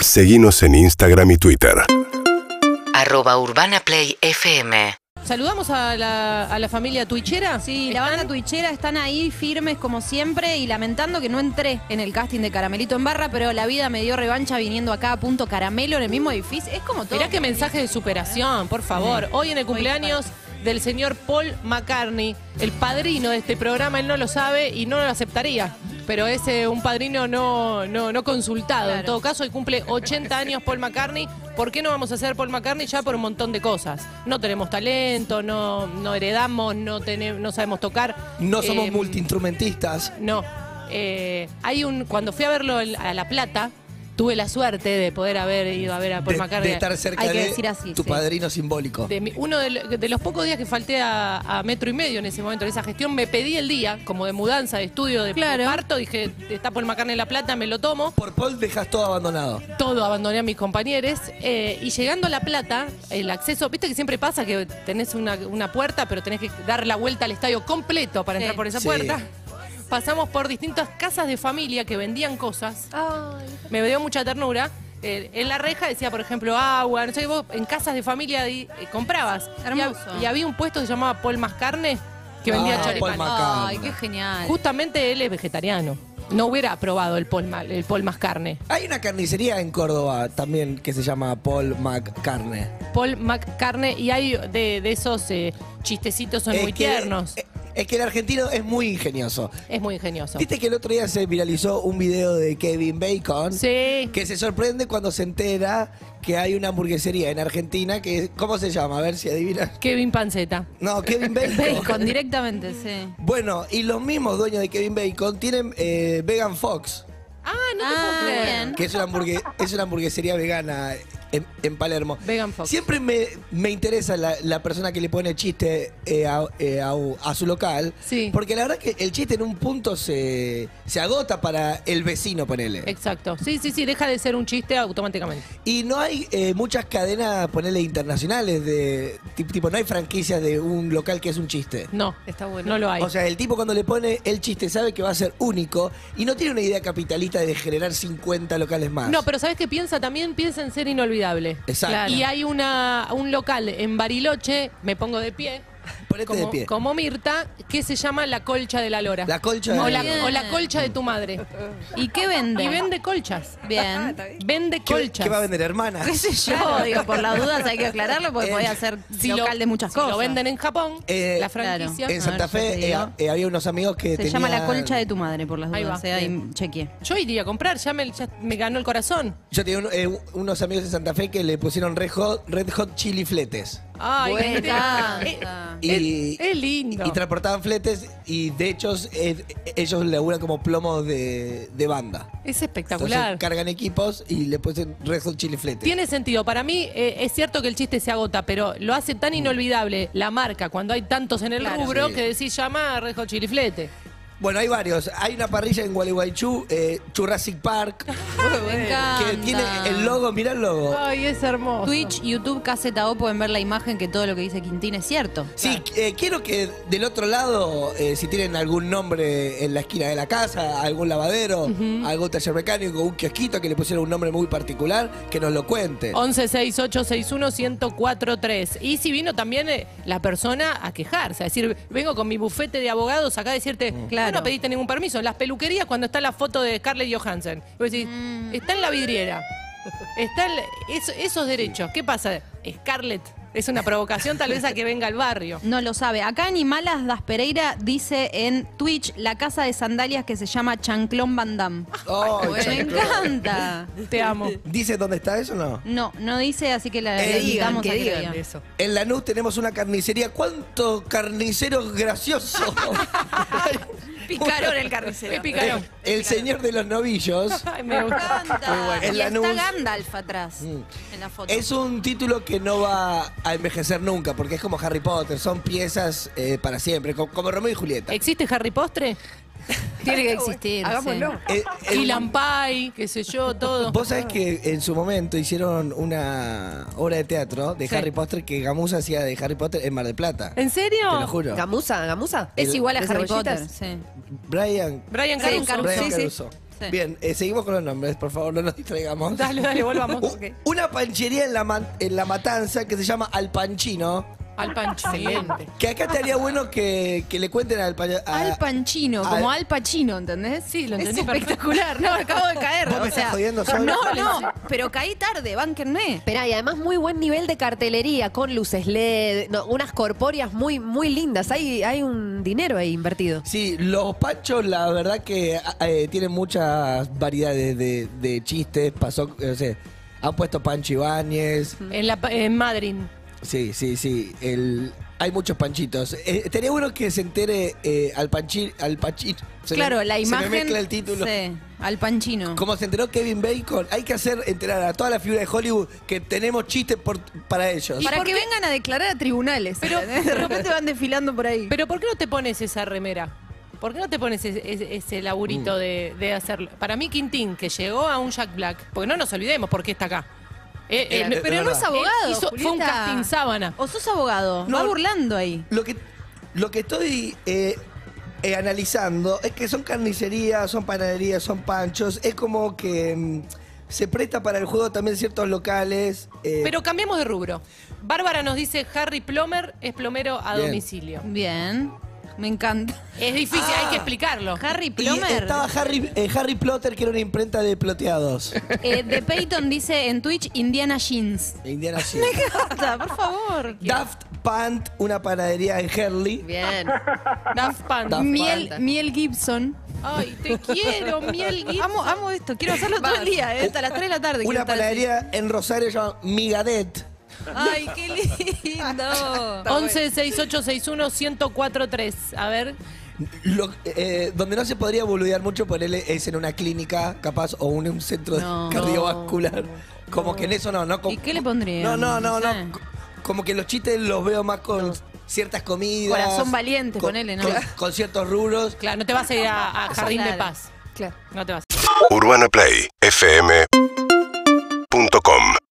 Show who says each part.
Speaker 1: Seguimos en Instagram y Twitter.
Speaker 2: arroba urbanaplayfm.
Speaker 3: ¿Saludamos a la, a la familia Twitchera?
Speaker 4: Sí, la
Speaker 3: ¿Están?
Speaker 4: banda tuichera están ahí firmes como siempre y lamentando que no entré en el casting de Caramelito en Barra, pero la vida me dio revancha viniendo acá a punto caramelo en el mismo edificio. Es como todo.
Speaker 3: Mirá qué mensaje de superación, por favor. Hoy en el cumpleaños del señor Paul McCartney, el padrino de este programa, él no lo sabe y no lo aceptaría. Pero es eh, un padrino no, no, no consultado. En
Speaker 4: Claro.
Speaker 3: todo caso, hoy cumple 80 años Paul McCartney. ¿Por qué no vamos a hacer Paul McCartney ya por un montón de cosas? No tenemos talento, no, no heredamos, no, tenemos, no sabemos tocar.
Speaker 5: No somos
Speaker 4: Em,
Speaker 3: Eh,
Speaker 5: multiinstrumentistas.
Speaker 3: No. Eh, hay un. Cuando fui a verlo en- a La Plata, tuve la suerte de poder haber ido a ver a Paul
Speaker 5: De,
Speaker 3: McCartney.
Speaker 5: de estar cerca
Speaker 4: Ah, Hay que
Speaker 5: de
Speaker 4: decir así,
Speaker 5: tu
Speaker 4: sí.
Speaker 5: padrino simbólico.
Speaker 3: De mi- uno de, lo- de los pocos días que falté a, a metro y medio en ese momento, en esa gestión, me pedí el día, como de mudanza, de estudio, de
Speaker 4: Claro.
Speaker 3: parto, dije, está Paul McCartney en La Plata, me lo tomo.
Speaker 5: Por Paul dejas todo abandonado.
Speaker 3: Todo, abandoné a mis compañeros. eh, y llegando a La Plata, el acceso, viste que siempre pasa que tenés una, una puerta, pero tenés que dar la vuelta al estadio completo para
Speaker 4: Sí.
Speaker 3: entrar por esa
Speaker 5: Sí.
Speaker 3: puerta. Pasamos por distintas casas de familia que vendían cosas me dio mucha ternura. Eh, en la reja decía, por ejemplo, agua, no sé, vos en casas de familia di- eh, comprabas. Y hab-
Speaker 4: Hermoso.
Speaker 3: Y, había un puesto que se llamaba Paul Más Carne que vendía
Speaker 5: Ah,
Speaker 3: choripán.
Speaker 5: Paul Macarena.
Speaker 4: Ay, qué genial.
Speaker 3: Justamente él es vegetariano. No hubiera aprobado el Paul, Ma- el Paul Más Carne.
Speaker 5: Hay una carnicería en Córdoba también que se llama Paul McCarne.
Speaker 3: Paul McCarne, y hay de, de esos eh, chistecitos son
Speaker 5: Es
Speaker 3: muy
Speaker 5: que- eh,
Speaker 3: tiernos.
Speaker 5: Es, es que el argentino es muy ingenioso.
Speaker 3: es muy ingenioso.
Speaker 5: Viste que el otro día se viralizó un video de Kevin Bacon
Speaker 3: Sí.
Speaker 5: que se sorprende cuando se entera que hay una hamburguesería en Argentina que ¿cómo se llama? A ver si adivinas.
Speaker 3: Kevin Panceta.
Speaker 5: No, Kevin
Speaker 4: Bacon directamente, sí.
Speaker 5: Bueno, y los mismos dueños de Kevin Bacon tienen eh, Vegan Fox,
Speaker 3: Ah, no te
Speaker 4: Ah,
Speaker 3: puedo creer.
Speaker 4: bien.
Speaker 5: que es una, hamburgue- es una hamburguesería vegana en, en Palermo.
Speaker 3: Vegan Fox.
Speaker 5: Siempre me, me interesa la, la persona que le pone chiste eh, a, eh, a u- a su local,
Speaker 3: Sí.
Speaker 5: porque la verdad que el chiste en un punto se, se agota para el vecino, ponele.
Speaker 3: Exacto. Sí, sí, sí, deja de ser un chiste automáticamente.
Speaker 5: Y no hay eh, muchas cadenas, ponele, internacionales, de ti- tipo, no hay franquicias de un local que es un chiste.
Speaker 3: No. Está bueno. No lo hay.
Speaker 5: O sea, el tipo cuando le pone el chiste sabe que va a ser único y no tiene una idea capitalista de generar 50 locales más.
Speaker 3: No, pero ¿sabes qué piensa? También piensa en ser inolvidable.
Speaker 5: Exacto. Claro.
Speaker 3: Y hay una, un local en Bariloche, me pongo de pie,
Speaker 5: Ponete
Speaker 3: como,
Speaker 5: de pie.
Speaker 3: como Mirta, que se llama La Colcha de la Lora.
Speaker 5: La colcha de
Speaker 3: o,
Speaker 5: la
Speaker 3: la,
Speaker 4: Lora.
Speaker 3: o la colcha de tu madre.
Speaker 4: ¿Y qué vende?
Speaker 3: Y vende colchas.
Speaker 4: Bien.
Speaker 3: Vende
Speaker 5: ¿Qué,
Speaker 3: colchas.
Speaker 5: qué va a vender, hermana?
Speaker 4: ¿Qué sé yo? Digo, por las dudas hay que aclararlo porque
Speaker 5: Eh,
Speaker 4: podía ser
Speaker 3: Si
Speaker 4: local
Speaker 3: lo-
Speaker 4: de muchas
Speaker 3: si
Speaker 4: cosas.
Speaker 3: Lo venden en Japón,
Speaker 5: Eh,
Speaker 3: la franquicia.
Speaker 4: claro.
Speaker 5: En
Speaker 4: A
Speaker 5: Santa
Speaker 4: ver, yo te
Speaker 5: Fe eh,
Speaker 4: digo.
Speaker 5: a- eh, había unos amigos que
Speaker 4: Se llama la
Speaker 5: tenían-
Speaker 4: colcha de tu madre, por las
Speaker 3: Ahí
Speaker 4: dudas.
Speaker 3: va,
Speaker 4: eh, Ahí
Speaker 3: bien.
Speaker 4: chequeé.
Speaker 3: Yo iría a comprar, ya me, ya me ganó el corazón.
Speaker 5: Yo tenía un- eh, unos amigos en Santa Fe que le pusieron Red Hot, red hot Chili Fletes.
Speaker 3: Ay, Eh,
Speaker 4: Buena.
Speaker 3: me encanta.
Speaker 5: Y,
Speaker 3: es, es lindo.
Speaker 5: y transportaban fletes y de hecho eh, ellos laburan como plomos de, de banda.
Speaker 3: es
Speaker 5: Entonces,
Speaker 3: espectacular.
Speaker 5: cargan equipos y le pusieron Red Hot Chili Fletes.
Speaker 3: Tiene sentido. Para mí eh, es cierto que el chiste se agota, pero lo hace tan inolvidable la marca cuando hay tantos en el
Speaker 4: Claro.
Speaker 3: rubro
Speaker 5: Mm. Sí.
Speaker 3: que decís llama rejo chiliflete.
Speaker 5: Bueno, hay varios. Hay una parrilla en Gualeguaychú, eh, Jurassic Park,
Speaker 4: Me encanta.
Speaker 5: que tiene el logo, mirá el logo.
Speaker 3: Ay, es hermoso.
Speaker 4: Twitch, YouTube, KZO pueden ver la imagen que todo lo que dice Quintín es cierto.
Speaker 5: Sí, eh, quiero que del otro lado, eh, si tienen algún nombre en la esquina de la casa, algún lavadero, algún taller mecánico, un kiosquito que le pusieron un nombre muy particular, que nos lo cuente.
Speaker 3: 1168611043. Y si vino también eh, la persona a quejarse, a decir, vengo con mi bufete de abogados acá a decirte,
Speaker 5: Mm.
Speaker 3: claro.
Speaker 4: Claro.
Speaker 3: no pediste ningún permiso. En las peluquerías cuando está la foto de Scarlett Johansson. Y vos decís, está en la vidriera. Está en la- eso- esos derechos. ¿Qué pasa? Scarlett es una provocación tal vez a que venga al barrio.
Speaker 4: No lo sabe. Acá Animalas Das Pereira dice en Twitch la casa de sandalias que se llama Chanclón Van Damme.
Speaker 5: Oh,
Speaker 4: Me
Speaker 5: chanclón.
Speaker 4: encanta.
Speaker 3: Te amo.
Speaker 5: ¿Dice dónde está eso o no?
Speaker 4: No, no dice, así que la
Speaker 5: Que
Speaker 4: la
Speaker 5: digan,
Speaker 4: invitamos a que lo diga.
Speaker 6: eso.
Speaker 5: En Lanús tenemos una carnicería. ¿Cuántos carniceros graciosos?
Speaker 6: Picaron el carnicero.
Speaker 3: Picarón.
Speaker 5: el señor de los novillos.
Speaker 3: Ay, me
Speaker 4: Me
Speaker 3: gusta.
Speaker 4: encanta.
Speaker 5: En
Speaker 4: Y
Speaker 5: Lanús.
Speaker 4: está Gandalf atrás en la foto.
Speaker 5: Mm. Es un título que no va a envejecer nunca, porque es como Harry Potter, son piezas eh, para siempre, co- como Romeo y Julieta.
Speaker 3: ¿Existe Harry Postre?
Speaker 4: Tiene que existir.
Speaker 6: Hagámoslo.
Speaker 5: Eh, el-
Speaker 3: Y Lampai, qué sé yo, todo.
Speaker 5: Vos sabés que en su momento hicieron una obra de teatro de
Speaker 3: Sí.
Speaker 5: Harry Potter que Gamusa hacía de Harry Potter en Mar del Plata.
Speaker 3: ¿En serio?
Speaker 5: Te lo juro.
Speaker 6: ¿Gamusa? ¿Gamusa?
Speaker 4: Es
Speaker 5: El-
Speaker 4: igual a
Speaker 6: ¿De
Speaker 4: Harry
Speaker 6: cebollitas?
Speaker 4: Potter. Sí.
Speaker 5: Brian,
Speaker 3: Brian
Speaker 4: Sí,
Speaker 3: Caruso.
Speaker 4: Caruso.
Speaker 5: Brian
Speaker 6: Sí, sí.
Speaker 5: Caruso.
Speaker 4: Sí.
Speaker 5: Bien, eh, seguimos con los nombres, por favor, no nos distraigamos.
Speaker 3: Dale, dale, volvamos.
Speaker 5: U- Una panchería en la, Man- en la matanza que se llama Al Panchino.
Speaker 3: Al pancho. Excelente.
Speaker 5: Que acá estaría bueno que, que le cuenten al Panchino.
Speaker 4: Al Panchino,
Speaker 5: Ah, al-
Speaker 4: como Al Pacino, ¿entendés?
Speaker 3: Sí, lo
Speaker 4: Es
Speaker 3: entendí
Speaker 4: espectacular, no, acabo de caer.
Speaker 5: ¿Vos me
Speaker 4: o sea,
Speaker 5: estás jodiendo, Sol?
Speaker 4: No, no, pero caí tarde, bánquenme.
Speaker 7: Esperá, y además muy buen nivel de cartelería, con luces LED, no, unas corpóreas muy, muy lindas. Hay, hay un dinero ahí invertido.
Speaker 5: Sí, los panchos la verdad que eh, tienen muchas variedades de, de chistes. Pasó, eh, no sé, han puesto Pancho Ibáñez.
Speaker 3: En, la, pa- en Madrid.
Speaker 5: Sí, sí, sí. El, hay muchos panchitos. Eh, estaría bueno que se entere eh, al panchir, al panchir. se le-
Speaker 4: claro, la imagen.
Speaker 5: Se le mezcla el título.
Speaker 4: Sí, Al Panchino.
Speaker 5: Como se enteró Kevin Bacon, hay que hacer enterar a toda la figura de Hollywood que tenemos chistes por- para ellos.
Speaker 4: Para que vengan a declarar a tribunales. Pero de repente van desfilando por ahí.
Speaker 3: Pero ¿por qué no te pones esa remera? ¿Por qué no te pones ese, ese- ese laburito
Speaker 5: Mm.
Speaker 3: de, de hacerlo? Para mí, Quintín, que llegó a un Jack Black, porque no nos olvidemos por qué está acá. Eh, eh,
Speaker 5: Claro,
Speaker 4: Pero no
Speaker 5: verdad.
Speaker 4: es abogado.
Speaker 3: Él hizo- Eh, fue un
Speaker 4: Julieta.
Speaker 3: casting sábana.
Speaker 4: O sos abogado.
Speaker 5: No.
Speaker 4: Va burlando ahí.
Speaker 5: Lo que, lo que estoy eh, eh, analizando es que son carnicerías, son panaderías, son panchos. Es como que mm, se presta para el juego también ciertos locales. eh,
Speaker 3: Pero cambiamos de rubro. Bárbara nos dice Harry Plomer es plomero a
Speaker 5: Bien.
Speaker 3: domicilio.
Speaker 4: Bien. Me encanta.
Speaker 3: Es difícil, hay que explicarlo.
Speaker 4: Harry
Speaker 5: y
Speaker 4: Plomer.
Speaker 5: estaba Harry, eh, Harry Plotter, que era una imprenta de ploteados.
Speaker 4: Eh, de Peyton dice en Twitch Indiana Jeans.
Speaker 5: de Indiana Jones.
Speaker 4: Basta, por favor.
Speaker 5: Daft Pant, una panadería en Herley.
Speaker 7: Bien.
Speaker 3: Daft Punk.
Speaker 5: Daft
Speaker 4: Miel,
Speaker 7: Punk.
Speaker 4: Miel Gibson.
Speaker 3: Ay, te quiero, miel Gibson.
Speaker 4: Amo, amo esto, quiero hacerlo todo el día, eh, hasta las 3 de la tarde. quiero
Speaker 5: Una
Speaker 4: estar
Speaker 5: panadería en Rosario llamada Migadet.
Speaker 4: así. Ay, qué lindo.
Speaker 3: 11 6861 1043. A ver.
Speaker 5: Lo- eh, donde no se podría boludear mucho ponerle es en una clínica, capaz, o un, un centro
Speaker 4: No.
Speaker 5: cardiovascular. como que en eso no, no. com-
Speaker 4: ¿Y qué le pondrían?
Speaker 5: No, no, no,
Speaker 4: No sé.
Speaker 5: no. Co- Como que los chistes los veo más con ciertas comidas.
Speaker 4: Corazón valiente,
Speaker 5: con-
Speaker 4: ponele, ¿no?
Speaker 5: Con, con ciertos rubros.
Speaker 3: Claro, no te vas a ir a, a Jardín de
Speaker 4: Claro.
Speaker 3: Paz.
Speaker 7: Claro.
Speaker 3: No te vas.
Speaker 1: Urbana Play fm.com